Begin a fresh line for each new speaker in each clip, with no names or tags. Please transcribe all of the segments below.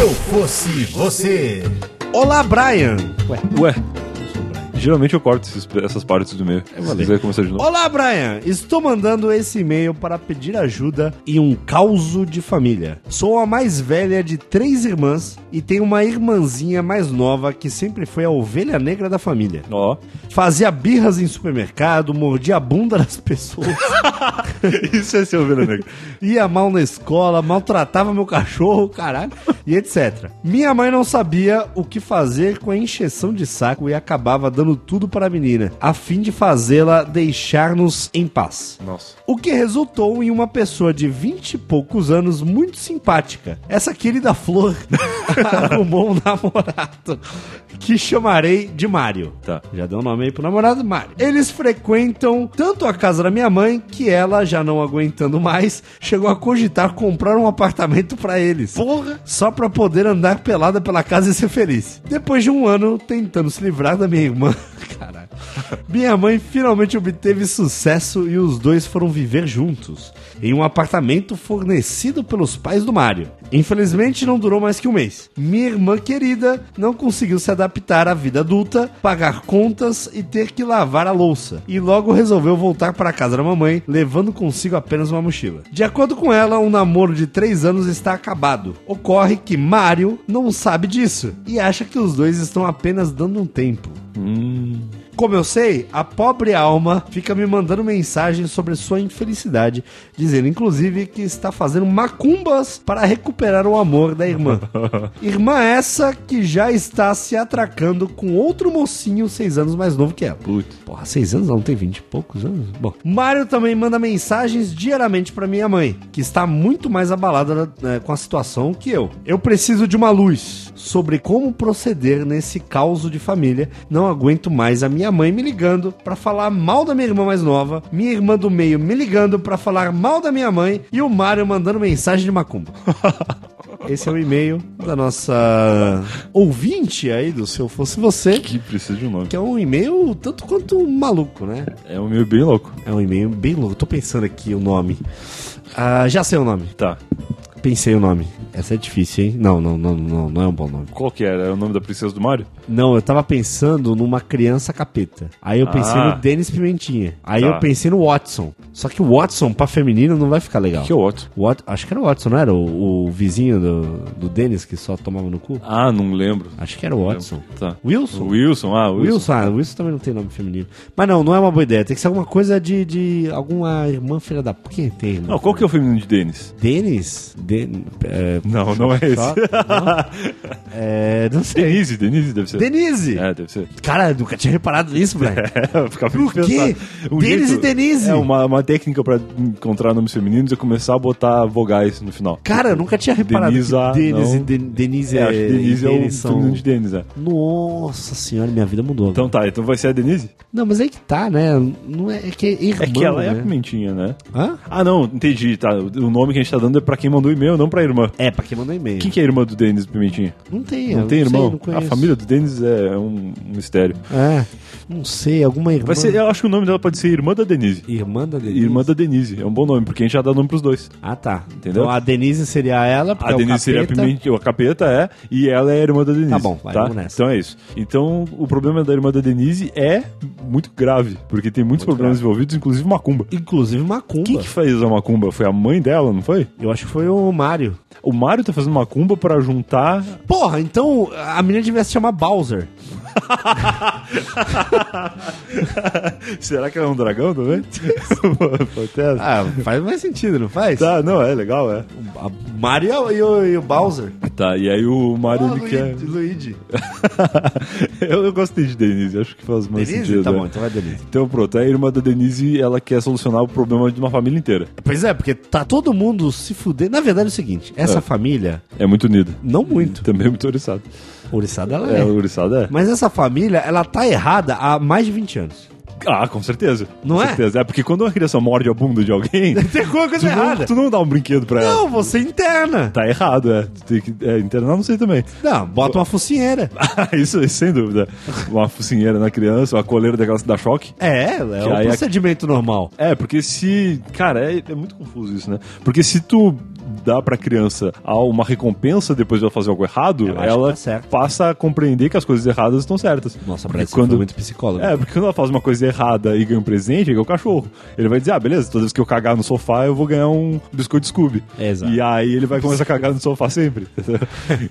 eu fosse você.
Olá, Brian!
Ué, geralmente eu corto esses- essas partes do meio. Se quiser começar de novo.
Olá, Brian! Estou mandando esse e-mail para pedir ajuda em um causo de família. Sou a mais velha de três irmãs e tenho uma irmãzinha mais nova que sempre foi a ovelha negra da família.
Ó,
Fazia birras em supermercado, mordia a bunda das pessoas,
isso é ser ovelha negra.
ia mal na escola, maltratava meu cachorro, caralho, e etc. Minha mãe não sabia o que fazer com a encheção de saco e acabava dando tudo para a menina, a fim de fazê-la deixar-nos em paz.
Nossa.
O que resultou em uma pessoa de vinte e poucos anos muito simpática. Essa querida flor arrumou um namorado que chamarei de Mário.
Tá.
Já deu um nome aí pro namorado Mário. Eles frequentam tanto a casa da minha mãe que ela, já não aguentando mais, chegou a cogitar comprar um apartamento pra eles. Porra! Só pra poder andar pelada pela casa e ser feliz. Depois de um ano tentando se livrar da minha irmã. Caralho. Minha mãe finalmente obteve sucesso e os dois foram viver juntos, em um apartamento fornecido pelos pais do Mário. Infelizmente não durou mais que um mês. Minha irmã querida não conseguiu se adaptar à vida adulta, pagar contas e ter que lavar a louça. E logo resolveu voltar para a casa da mamãe, levando consigo apenas uma mochila. De acordo com ela, um namoro de 3 anos está acabado. Ocorre que Mário não sabe disso e acha que os dois estão apenas dando um tempo.
Hum,
Como eu sei, a pobre alma fica me mandando mensagens sobre sua infelicidade, dizendo inclusive que está fazendo macumbas para recuperar o amor da irmã. irmã essa que já está se atracando com outro mocinho seis anos mais novo que ela.
Putz.
Porra, seis anos? Ela não tem vinte e poucos anos? Bom. Mário também manda mensagens diariamente pra minha mãe, que está muito mais abalada né, com a situação que eu. Eu preciso de uma luz sobre como proceder nesse caos de família. Não aguento mais a minha mãe me ligando pra falar mal da minha irmã mais nova, minha irmã do meio me ligando pra falar mal da minha mãe e o Mário mandando mensagem de macumba. Esse é o e-mail da nossa ouvinte aí do Se Eu Fosse Você.
Que precisa de um nome.
Que é um e-mail tanto quanto maluco, né?
É um meio bem louco.
É um e-mail bem louco. Tô pensando aqui o nome. Ah, já sei o nome.
Tá.
Pensei o nome. Essa é difícil, hein? Não, não, não, não, não é um bom nome.
Qual que era? Era o nome da princesa do Mario?
Não, eu tava pensando numa criança capeta. Aí eu pensei
Ah.
no Denis Pimentinha. Aí
Tá.
eu pensei no Watson. Só que o Watson pra feminino não vai ficar legal.
Que é o Otto.
Wat- Acho que era o Watson, não era? O, o vizinho do, do Denis que só tomava no cu?
Ah, não lembro.
Acho que era o Watson.
Tá.
Wilson?
Wilson, ah, Wilson.
Wilson, ah, Wilson também não tem nome feminino. Mas não, não é uma boa ideia. Tem que ser alguma coisa de, de alguma irmã filha da. Por que tem irmã?
Não, qual que é o feminino de Denis?
Denis? Den... É...
Não, não é
só-
esse.
não? É, não sei.
Denise, Denise deve ser.
Denise!
É, deve ser.
Cara, eu nunca tinha reparado nisso, velho.
É, ficava
Por quê? Denis e Denise?
É uma, uma técnica pra encontrar nomes femininos é começar a botar vogais no final.
Cara, eu nunca tinha reparado
Denisa,
que Denis
ah, não.
e Den- Denise
É,
é,
acho que Denise é
e
o
Denis são-
feminino de Denis, é.
Nossa senhora, minha vida mudou.
Então tá, então vai ser a Denise?
Não, mas aí que tá, né? Não é, é que é irmão,
É que ela é a
né?
pimentinha, né?
Hã?
Ah, não, entendi, tá. O nome que a gente tá dando é pra quem mandou o e-mail, não pra irmã.
É, pra quem mandou e-mail.
Quem que é a irmã do Denis Pimentinha?
Não tem, eu
Não tem
sei,
irmão?
não
a
conheço.
família do Denis é um um mistério.
É, não sei, alguma irmã.
Vai ser, eu acho que o nome dela pode ser Irmã da Denise.
Irmã da Denise?
Irmã da Denise, é um bom nome, porque a gente já dá nome pros dois.
Ah, tá.
Entendeu?
Então a Denise seria ela, porque
A
é o
Denise seria a,
capeta.
pimenta, a capeta, é, e ela é a irmã da Denise.
Tá bom, vai, vamos nessa.
Então é isso. Então, o problema da irmã da Denise é muito grave, porque tem muitos problemas envolvidos, inclusive macumba.
Inclusive Macumba.
Quem que fez a macumba? Foi a mãe dela, não foi?
Eu acho que foi o Mário.
O Mario tá fazendo macumba pra juntar.
Porra, então a menina devia se chamar Bowser.
Será que ela é um dragão também? Acontece.
Ah, faz mais sentido, não faz?
Tá, não, é legal, é.
A Mario e o, e o Bowser. Ah,
Tá, e aí o Mario ele quer.
Luigi.
eu, eu gostei de Denise, acho que faz mais
Denise?
sentido.
Tá
né?
bom, então vai Denise.
Então pronto, aí a irmã da Denise, ela quer solucionar o problema de uma família inteira.
Pois é, porque tá todo mundo se fudendo. Na verdade é o seguinte, essa
É.
família,
É muito unida.
não muito.
Também é muito oriçado.
Ouriçada ela
É,
é.
oriçada é.
Mas essa família, ela tá errada há mais de 20 anos.
Ah, com certeza.
Não
com
é?
certeza. É porque quando uma criança morde a bunda de alguém,
Tem alguma
tu,
coisa
não, tu não dá um brinquedo pra ela.
Não, você interna.
Tá errado, é. Tu Tem que é, internar, não sei também.
Não, bota uma focinheira.
isso, isso sem dúvida. Uma focinheira na criança, uma coleira daquela que dá choque.
É, é um
aí é-
procedimento normal.
É, porque se. Cara, é, é muito confuso isso, né? Porque se tu dá pra criança a- uma recompensa depois de ela fazer algo errado,
Ela acha que
ela
tá certa.
passa a compreender que as coisas erradas estão certas.
Nossa,
Porque
parece que foi muito psicólogo.
É, porque quando ela faz uma coisa errada e ganha um presente, é igual o cachorro. Ele vai dizer, ah, beleza, toda vez que eu cagar no sofá, eu vou ganhar um biscoito Scooby.
Exato.
E aí ele vai começar a cagar no sofá sempre. entendeu?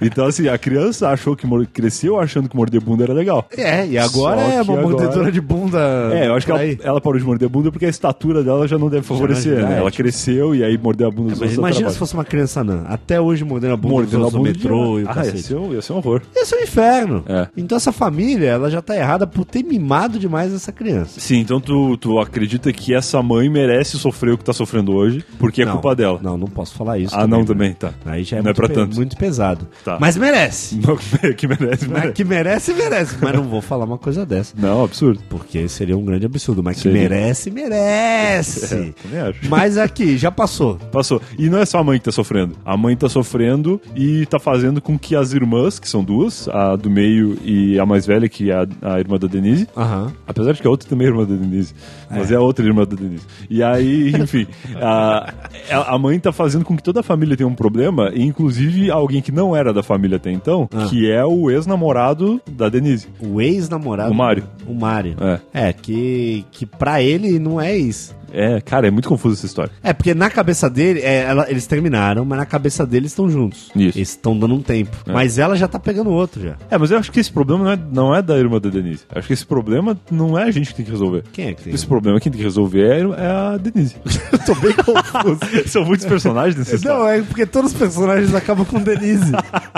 então, assim, a criança achou que mor- cresceu achando que morder bunda era legal.
É, e agora
Só
é uma
que agora-
mordedora de bunda.
É, eu acho que
por
ela,
aí.
ela parou de morder bunda porque a estatura dela já não deve favorecer,
ajuda,
né?
é,
Ela
tipo-
cresceu e aí mordeu a bunda dos
Mas
outros. dá
imagina
trabalho.
se fosse uma criança anã. Até hoje mordendo a bunda
mordendo a
dos
bunda.
outros no metrô
de-
e o
ah, ia
cacete.
ser, um, ia ser um horror.
Esse é um inferno.
É.
Então essa família, ela já tá errada por ter mimado demais essa criança.
Sim, então tu, tu acredita que essa mãe merece sofrer o que tá sofrendo hoje, porque é
Não,
culpa dela.
Não, não posso falar isso.
ah, não, também, tá.
Aí já é,
não
muito,
é pra
pe-
tanto.
muito pesado.
Tá.
Mas merece.
Não, que
Mas
merece, merece.
que merece, merece. Mas não vou falar uma coisa dessa.
Não, absurdo.
Porque seria um grande absurdo. Mas
Seria.
que merece, merece.
É, Também acho.
Mas aqui, já passou.
Passou. E não é só a mãe que tá sofrendo. A mãe tá sofrendo e tá fazendo com que as irmãs, que são duas, a do meio e a mais velha, que é a, a irmã da Denise,
Aham.
Apesar de que a outra também é irmã da Denise. Mas é, a outra irmã da Denise. E aí, enfim, a, a- a mãe tá fazendo com que toda a família tenha um problema, e inclusive alguém que não era da família até então, que é o ex-namorado da Denise.
O ex-namorado.
O Mário.
O Mário.
É.
que, que pra ele não é isso.
É, cara, é muito confusa essa história.
É, porque na cabeça dele, é, ela- eles terminaram, mas na cabeça dele estão juntos.
Isso.
Eles estão dando um tempo. Mas ela já tá pegando outro já.
É, mas eu acho que esse problema não é, não é da irmã da Denise. Eu acho que esse problema não é a gente que tem que resolver.
Quem é que tem?
Esse problema quem tem que resolver é, é a Denise.
Eu tô bem confuso.
São muitos personagens nessa história.
Não, é porque todos os personagens acabam com Denise.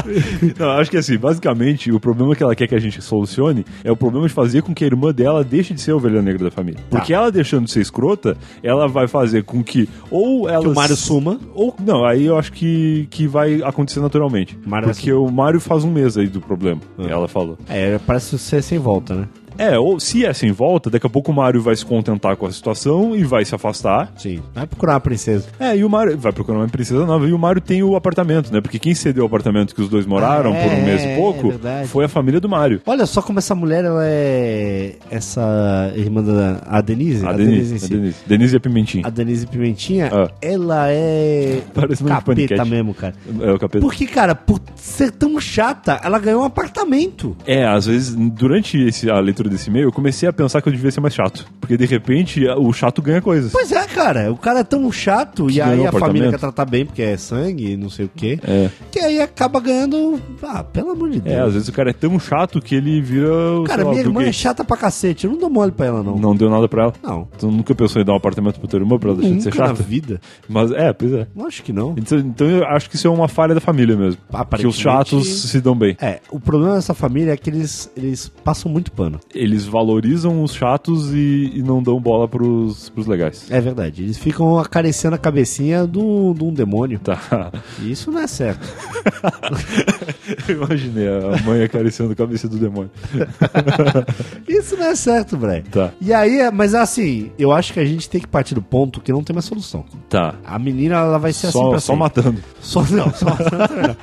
Não, acho que assim, basicamente, o problema que ela quer que a gente solucione é o problema de fazer com que a irmã dela deixe de ser a ovelha negra da família. Porque ela deixando de ser escrota, ela vai fazer com que ou ela.
o Mário suma.
Ou, não, aí eu acho que, que vai acontecer naturalmente.
Mário vai
porque o Mário faz um mês aí do problema, ela falou.
É, parece ser sem volta, né?
É, ou se é sem volta, daqui a pouco o Mário vai se contentar com a situação e vai se afastar.
Sim. Vai procurar uma princesa.
É, e o Mário vai procurar uma princesa nova e o Mário tem o apartamento, né? Porque quem cedeu o apartamento que os dois moraram
Ah,
por um
é,
mês
é
e pouco
verdade.
foi a família do Mário.
Olha só como essa mulher, ela é. Essa irmã da. A Denise?
A Denise,
em
a
si.
Denise. Denise é Pimentinha.
A Denise Pimentinha,
Ah.
ela é.
Parece um
capeta
paniquete.
mesmo, cara.
É o capeta.
Porque, cara, por ser tão chata, ela ganhou um apartamento.
É, às vezes, durante esse- a leitura desse e-mail, eu comecei a pensar que eu devia ser mais chato. Porque, de repente, a- o chato ganha coisas.
Pois é, cara, o cara é tão chato e
ganhou
aí
um
a família
apartamento.
quer tratar bem, porque é sangue, não sei o quê.
É.
Que aí acaba ganhando. Ah, pelo amor de
É, às
Deus.
vezes o cara é tão chato que ele vira. sei
cara,
lá,
minha
Bill
irmã é
Gates.
chata pra cacete. Eu não dou mole pra ela, não.
Não deu nada pra ela.
Não.
Tu nunca pensou em dar um apartamento pra tua irmã pra ela deixar de
Nunca
ser
na
chata?
vida.
Mas é, pois é.
Não acho que não.
Então, então eu acho que isso é uma falha da família mesmo. Que os
Aparentemente-
chatos se dão bem.
É, o problema dessa família é que eles, eles passam muito pano.
Eles valorizam os chatos e, e não dão bola pros, pros legais.
É verdade. Eles ficam acariciando a cabecinha de um de um demônio.
Tá.
E isso não é certo.
Eu Imaginei a mãe acariciando a cabeça do demônio.
Isso não é certo, Brian.
Tá.
E aí, é- mas assim, eu acho que a gente tem que partir do ponto que não tem mais solução.
Tá.
A menina, ela vai ser assim
Só,
pra
só
sempre.
matando.
Só não, só matando também não.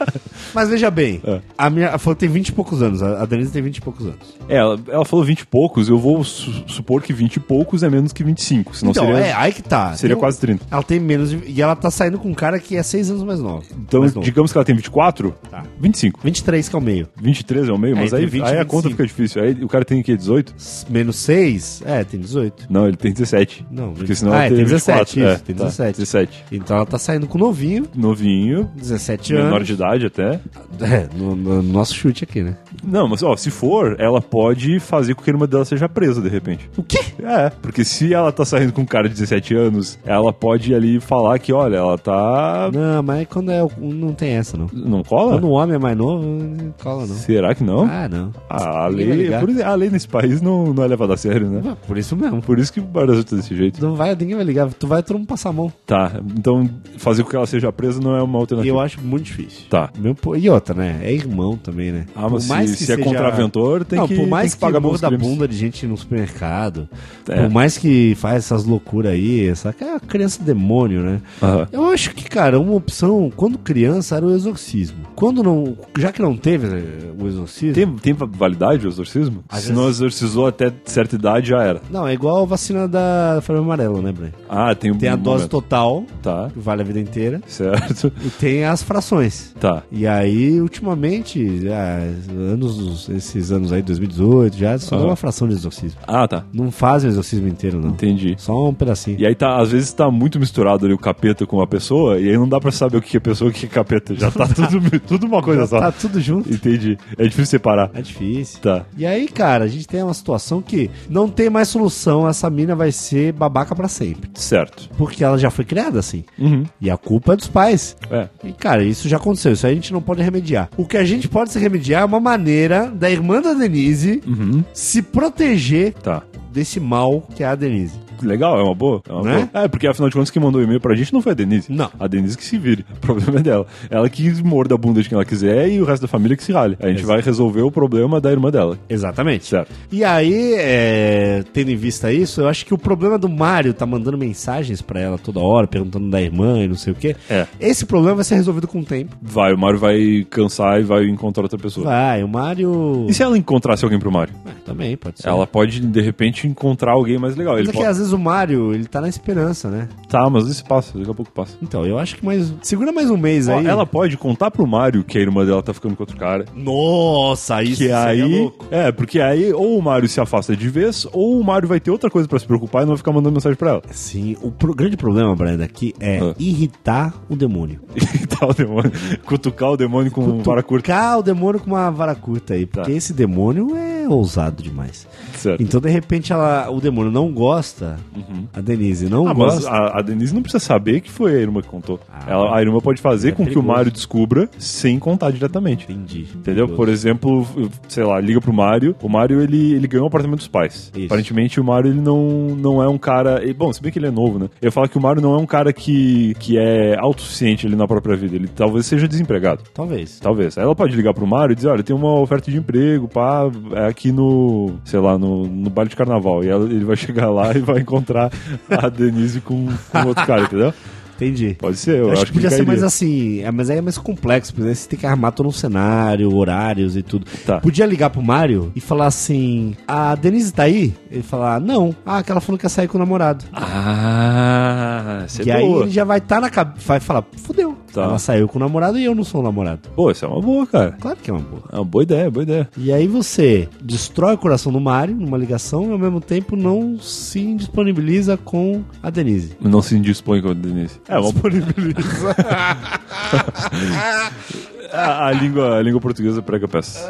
Mas veja bem,
É.
a minha ela tem 20 e poucos anos, a a Denise tem 20 e poucos anos.
É, ela, ela falou 20 e poucos, eu vou su- supor que 20 e poucos é menos que 25, senão
então,
seria,
é, aí que tá.
seria
Tem um-
quase 30.
Ela tem menos, de- e ela tá saindo com um cara que é 6 anos mais novo.
Então,
mais novo.
digamos que ela tem 24,
Tá.
25.
23 que é o meio.
23 é o meio,
É,
mas
entre
aí,
20 e
aí a conta
25.
fica difícil. Aí o cara tem o quê? 18?
Menos 6? É, tem 18.
Não, ele tem 17.
Não,
porque
20.
senão
Ah,
ela
é,
tem
tem 17,
24.
isso, tem
tá,
17.
17.
Então ela tá saindo com novinho,
Novinho,
17
menor
anos.
de idade até.
É, no, no nosso chute aqui, né?
Não, mas ó, se for, ela pode fazer com que a irmã dela seja presa de repente.
O quê?
É, porque se ela tá saindo com um cara de 17 anos, ela pode ali falar que, olha, ela tá.
Não, mas quando é. o- Não tem essa, não.
Não cola?
Quando o homem é mais novo, não cola, não.
Será que não?
Ah, não.
a,
ninguém vai
lei,
ligar.
por isso- a lei nesse país não, não é levada a sério, né?
Por isso mesmo.
Por isso que o Brasil tá desse jeito.
Não vai, ninguém vai ligar. Tu vai, todo mundo passar a mão.
Tá, então fazer com que ela seja presa não é uma
E
alternativa.
eu acho muito difícil.
Tá.
Meu, po- e outra, né? É irmão também, né?
Ah, mas
Por mais mais que
se é
seja-
contraventor, tem
não,
que,
por mais
tem que pagar bons
morda a
crimes.
bunda de gente no supermercado,
É.
por mais que faz essas loucuras aí, saca? É a criança demônio, né?
Aham.
Eu acho que, cara, uma opção, quando criança, era o exorcismo. Quando não. Já que não teve né, o exorcismo.
Tem, tem validade o exorcismo?
Às
Se não exorcizou até certa idade, já era.
Não, é igual a vacina da febre amarela, né, Brian?
Ah, tem um
Tem a dose
momento.
total,
Tá,
que vale a vida inteira,
certo.
e tem as frações.
Tá.
E aí, ultimamente, já, anos, esses anos aí, 2018, já só
Ah.
deu uma fração de exorcismo.
Ah, tá.
Não fazem o exorcismo inteiro, não.
Entendi.
Só um pedacinho.
E aí tá, às vezes tá muito misturado ali o capeta com a pessoa, e aí não dá pra saber o que é pessoa e o que é capeta. Já tá tudo, tudo uma coisa só.
Tá tudo junto.
Entendi. É difícil separar.
É difícil.
Tá.
E aí, cara, a gente tem uma situação que não tem mais solução. Essa mina vai ser babaca pra sempre.
Certo.
Porque ela já foi criada assim.
Uhum.
E a culpa é dos pais.
É.
E, cara, isso já aconteceu. Isso aí a gente não pode remediar. O que a gente pode se remediar é uma maneira da irmã da Denise se proteger
Uhum. Tá.
desse mal que é a Denise.
Legal, é uma boa. É, uma
Né?
boa. é porque afinal de contas, quem mandou o e-mail pra gente não foi a Denise.
Não.
A Denise que se vire. O problema é dela. Ela que morda a bunda de quem ela quiser e o resto da família que se rale. A gente
Exato.
vai resolver o problema da irmã dela.
Exatamente.
Certo.
E aí, é, tendo em vista isso, eu acho que o problema do Mário tá mandando mensagens pra ela toda hora, perguntando da irmã e não sei o quê.
É.
Esse problema vai ser resolvido com o tempo.
Vai, o Mario vai cansar e vai encontrar outra pessoa.
Vai, o Mário.
E se ela encontrasse alguém pro Mario?
É, também pode ser.
Ela pode, de repente, encontrar alguém mais legal.
Mas
Ele
é que
pode...
às vezes o Mário, ele tá na esperança, né?
Tá, mas isso passa, daqui a pouco passa.
Então, eu acho que mais. Segura mais um mês
Ó,
aí.
ela pode contar pro Mario que a irmã dela tá ficando com outro cara.
Nossa, isso
Que
seria
aí.
louco.
É, porque aí ou o Mario se afasta de vez, ou o Mario vai ter outra coisa pra se preocupar e não vai ficar mandando mensagem pra ela.
Sim, o pro- grande problema, Brian, daqui é
Ah.
irritar o demônio.
E tal o demônio. Cutucar o demônio com um vara curta.
Tocar o demônio com uma vara curta aí, porque
Tá.
esse demônio é ousado demais.
Certo. Uhum.
Então, de repente, ela, o demônio não gosta, a Denise não
Ah, mas
gosta.
a, a Denise não precisa saber que foi a irmã que contou.
Ah,
Ela- a irmã pode fazer
é
com que o
perigoso.
Mario descubra sem contar diretamente.
Entendi.
Entendeu? Por exemplo, sei lá, liga pro Mario. O Mario, ele, ele ganhou o apartamento dos pais.
Isso.
Aparentemente, o Mario, ele não, não é um cara... e, Bom, se bem que ele é novo, né? Eu falo que o Mario não é um cara que, que é autossuficiente ali na própria vida. Ele talvez seja desempregado.
Talvez.
Talvez. Aí ela pode ligar pro Mario e dizer, olha, tem uma oferta de emprego, pá, é aqui no, sei lá, no, no baile de carnaval. E ela- ele vai chegar lá e vai encontrar a Denise com, com outro cara, entendeu?
Entendi.
Pode ser, eu,
Eu acho que podia ser
cairia.
mais assim, é, mas aí é mais complexo, porque aí você tem que armar todo um cenário, horários e tudo.
Tá.
Podia ligar pro Mário e falar assim: a Denise tá aí? Ele falar, não. Ah, aquela falou que ia sair com o namorado.
Ah, você
assim. e aí ele já vai estar na cabeça, vai falar, fudeu.
Tá.
Ela saiu com o namorado e eu não sou o namorado.
Pô, isso é uma boa, cara.
Claro que é uma boa.
É uma boa ideia, boa ideia.
E aí você destrói o coração do Mário numa ligação e ao mesmo tempo não se indisponibiliza com a Denise.
Não se indispõe com a Denise. É, uma...
Disponibiliza.
a, a língua, a língua portuguesa prega peças.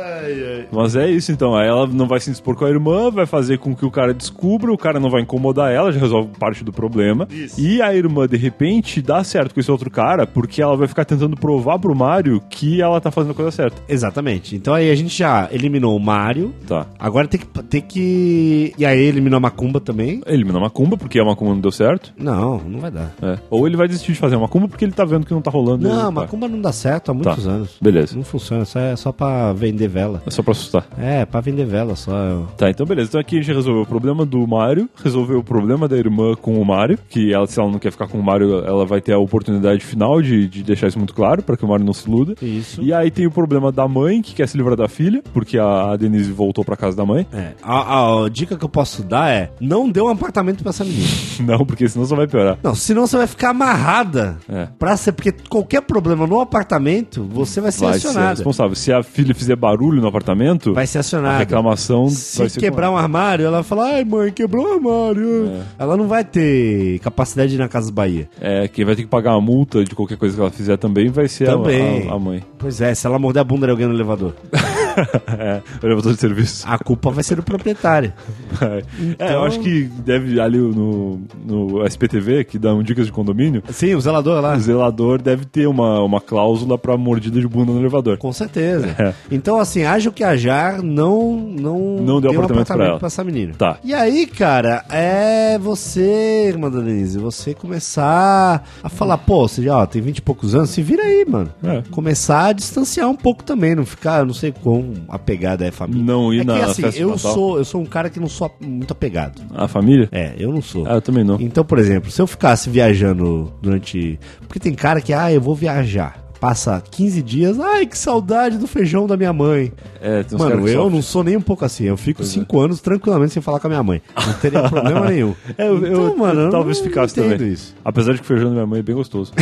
Mas é isso então. Aí ela não vai se indispor com a irmã, vai fazer com que o cara descubra, o cara não vai incomodar ela, já resolve parte do problema. E a irmã, de repente, dá certo com esse outro cara, porque ela vai ficar tentando provar pro Mario que ela tá fazendo a coisa certa.
Exatamente. Então aí a gente já eliminou o Mário.
Tá.
Agora tem que, tem que. E aí eliminou a Macumba também?
Elimina a macumba, porque a macumba não deu certo.
Não, não vai dar.
É. Ou ele vai desistir de fazer a macumba porque ele tá vendo que não tá rolando.
Não, a
Ele-
Macumba não dá certo há muitos anos.
Beleza.
Não funciona, só é só pra vender vela.
É só pra assustar.
É, pra vender vela só.
Tá, então beleza. Então aqui a gente resolveu o problema do Mario, resolveu o problema da irmã com o Mario, que ela, se ela não quer ficar com o Mario, ela vai ter a oportunidade final de, de deixar isso muito claro, pra que o Mario não se iluda.
Isso.
E aí tem o problema da mãe, que quer se livrar da filha, porque a, a Denise voltou pra casa da mãe.
É, a, a dica que eu posso dar é: não dê um apartamento pra essa menina.
Não, porque senão só vai piorar.
Não, senão você vai ficar amarrada.
É.
Pra ser, porque qualquer problema no apartamento, você vai ser
Vai ser
acionada.
responsável. Se a filha fizer barulho no apartamento,
Vai ser
a
acionada.
reclamação vai
Se
ser
quebrar
com
um armário, ela fala, ai mãe, quebrou o armário. Ela não vai ter capacidade de ir na Casa Bahia.
É, quem vai ter que pagar a multa de qualquer coisa que ela fizer também vai ser a-
Também.
A, a mãe.
Pois é, se ela morder a bunda de alguém no elevador,
é, o elevador de serviço.
a culpa vai ser do proprietário.
É,
Então-
eu acho que deve ali no, no SPTV, que dá um dicas de condomínio,
Sim, o zelador lá.
o zelador deve ter uma, uma cláusula pra mordida de bunda no elevador.
Com certeza.
É.
Então, assim, haja o que ajar, não não, um
Não dê apartamento pra ela.
essa menina.
Tá.
E aí, cara, é você, irmã da Denise, você começar a falar, pô, você já ó, tem 20 e poucos anos, se vira aí, mano.
É.
Começar a distanciar um pouco também, não ficar, não sei como, quão apegada é a família.
Não ir
é que,
na
assim,
festa de
eu
Natal.
sou, eu sou um cara que não sou muito apegado.
A família?
É, eu não sou.
Ah, eu também não.
Então, por exemplo, se eu ficasse viajando durante. Porque tem cara que, ah, eu vou viajar. Passa 15 dias, ai, que saudade do feijão da minha mãe.
É, tem uns caras
Mano,
que
eu
sofrem. é.
não sou nem um pouco assim. Eu fico 5 anos tranquilamente sem falar com a minha mãe. Não teria problema nenhum.
É, eu, eu-
Então, mano, eu
talvez
não
ficasse
entendo
também.
isso.
Apesar de que o feijão da minha mãe é bem gostoso.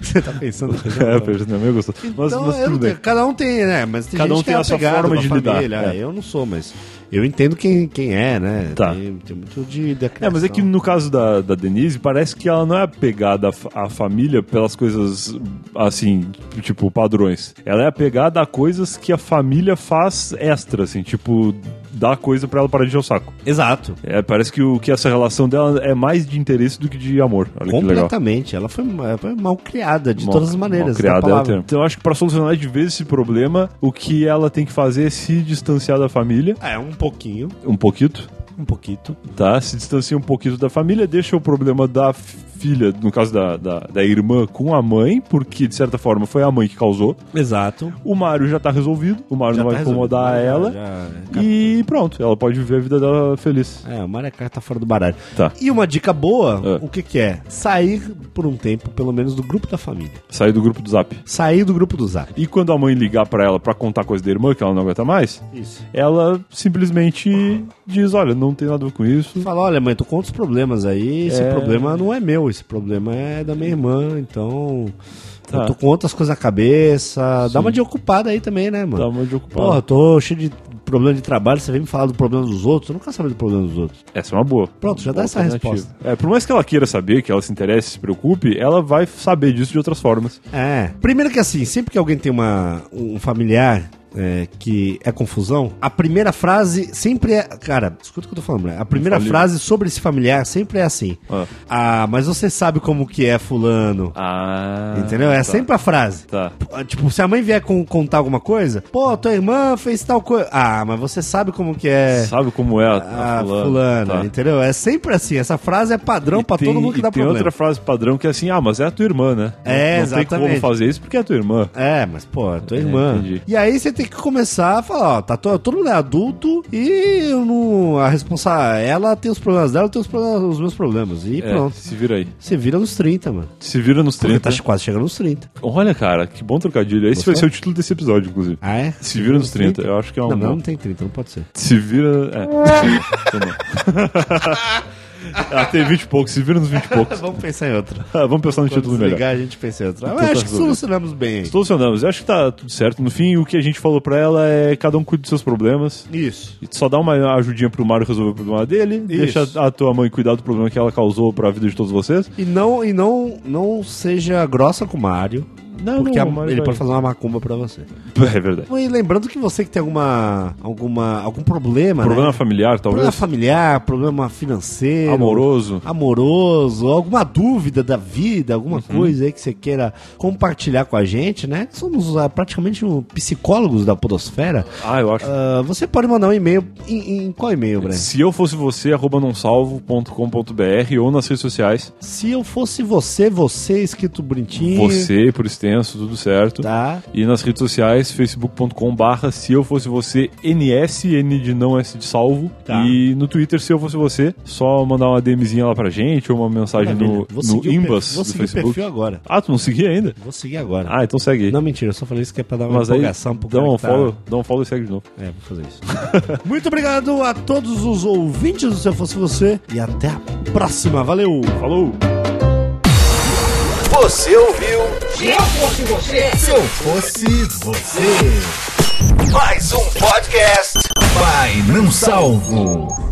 Você tá pensando no feijão?
é, o feijão da minha mãe é gostoso. Mas,
Então,
mas
eu não
tudo bem.
tenho- cada um tem, né? Mas tem
Cada
gente
um tem
que é
a sua
apegado
forma
com a
de lidar,
família. Ah,
é.
Eu não sou, mas eu entendo quem, quem é, né?
Tá.
Tem, tem muito de da
É, mas é que
criação.
no caso da, da Denise, parece que ela não é apegada à fa- à família pelas coisas, assim, tipo, padrões. Ela é apegada a coisas que a família faz extra, assim, tipo, dá coisa pra ela parar de encher o saco.
Exato.
É, parece que, o, que essa relação dela é mais de interesse do que de amor. Olha que legal.
Completamente. Ela foi, ma- foi mal criada de
Mal-
todas as maneiras. da
malcriada é o
palavra.
termo. Então eu acho que pra solucionar de vez esse problema, o que ela tem que fazer é se distanciar da família,
É, um pouquinho,
um pouquinho,
um pouquinho.
tá? Se distancia um pouquinho da família, deixa o problema da filha, no caso da, da, da irmã, com a mãe, porque de certa forma foi a mãe que causou.
Exato.
O Mário já tá resolvido, o Mário
Já
não
tá
vai incomodar
resolvido,
ela.
já- já-
E pronto, ela pode viver a vida dela feliz.
É, o Maracá tá fora do baralho.
Tá.
E uma dica boa,
É.
o que que é? Sair por um tempo, pelo menos, do grupo da família.
Sair do grupo do Zap.
Sair do grupo do zap.
E quando a mãe ligar pra ela pra contar coisa da irmã, que ela não aguenta mais,
Isso.
ela simplesmente diz: Olha, não tem nada a ver com isso.
Fala, olha mãe, tô com outros problemas aí, esse
É.
problema não é meu, esse problema é da minha irmã, então...
Tá.
Eu tô com outras coisas na cabeça, dá uma de ocupada aí também, né, mano?
Tá muito ocupada.
Porra, tô cheio de problema de trabalho, você vem me falar do problema dos outros, eu nunca sabia do problema dos outros.
Essa é uma boa.
Pronto, já dá
Boa
essa
alternativa.
resposta.
É, por mais que ela queira saber, que ela se interesse, se preocupe, ela vai saber disso de outras formas.
É. Primeiro que assim, sempre que alguém tem uma, um familiar é, que é confusão, a primeira frase sempre é. Cara, escuta o que eu tô falando, né? A primeira
Fale.
frase sobre esse familiar sempre é assim.
Ah.
Ah, mas você sabe como que é fulano.
Ah.
Entendeu? É sempre a frase.
Tá.
P- Tipo, se a mãe vier con- contar alguma coisa, pô, tua irmã fez tal coisa. Ah, mas você sabe como que é
Sabe como é a, a
a fulana,
Tá.
entendeu? É sempre assim. Essa frase é padrão
E
pra
tem-
todo mundo que
e
dá
tem
problema.
outra frase padrão que é assim: Ah, mas é a tua irmã, né?
É,
não, Não tem
exatamente.
como fazer isso porque é a tua irmã.
É, mas, pô, é tua irmã.
entendi.
E aí você tem que começar a falar, ó, tá to- todo mundo é adulto e eu não, a responsável, ela tem os problemas dela, eu tenho os, problemas- os meus problemas. E
É,
pronto.
Se vira aí.
Você vira nos 30, mano.
Se vira nos
Porque
30.
tá quase chegando nos 30.
Olha, cara, que bom trocadilho. Esse
Gostou?
vai ser o título desse episódio, inclusive.
Ah, é?
Se vira nos 30, eu acho que é um
Não,
bom.
não, não tem 30, não pode ser.
Se vira. É. Então não. Até 20 Ah, e poucos, se vira nos 20 e poucos.
Vamos pensar em outra.
Vamos pensar no
Quando
título melhor.
desligar, a gente pensa em outra.
Então
Mas
tá
acho que
resolvido.
solucionamos bem. aí.
Solucionamos. Eu acho que tá tudo certo. No fim, o que a gente falou pra ela é cada um cuida dos seus problemas.
Isso.
E tu Só dá uma ajudinha pro Mario resolver o problema dele. Deixa a tua mãe cuidar do problema que ela causou pra vida de todos vocês.
E não, e não, não seja grossa com o Mário,
Não,
porque a-
o Mario
ele
vai-
pode fazer uma macumba pra você.
É verdade.
E lembrando que você que tem alguma, alguma, algum problema,
Problema
né?
familiar,
Problema
talvez.
familiar, problema financeiro,
Amoroso.
amoroso, alguma dúvida da vida, alguma
Uhum.
coisa aí que você queira compartilhar com a gente, né? Somos ah, praticamente um psicólogos da podosfera.
Ah, eu acho.
Ah, você pode mandar um e-mail. Em, em qual e-mail, Brian?
Se eu fosse você, arroba nonsalvo.com.br ou nas redes sociais.
Se eu fosse você, você escrito bonitinho.
Você, por extenso, tudo certo.
Tá?
E nas redes sociais, facebook.com barra se eu fosse você, NS, N de não S de salvo.
Tá.
E no Twitter, se eu fosse você, só mandar uma DMzinha lá pra gente ou uma mensagem no,
Tá Vou seguir
no
o perfil-
Imbas
Vou
do
seguir o
Facebook.
perfil agora.
Ah, tu não seguia ainda?
Vou seguir agora.
Ah, então segue aí.
Não, mentira, eu só falei isso que é pra dar uma
Mas aí,
empolgação pro
dá
cara
um,
que tá-
follow, dá um follow e segue de novo.
É, vou fazer isso. Muito obrigado a todos os ouvintes do Se Eu Fosse Você e até a próxima. Valeu!
Falou!
Você ouviu?
Se eu fosse você,
Se eu fosse você. Mais um podcast. Vai, não salvo.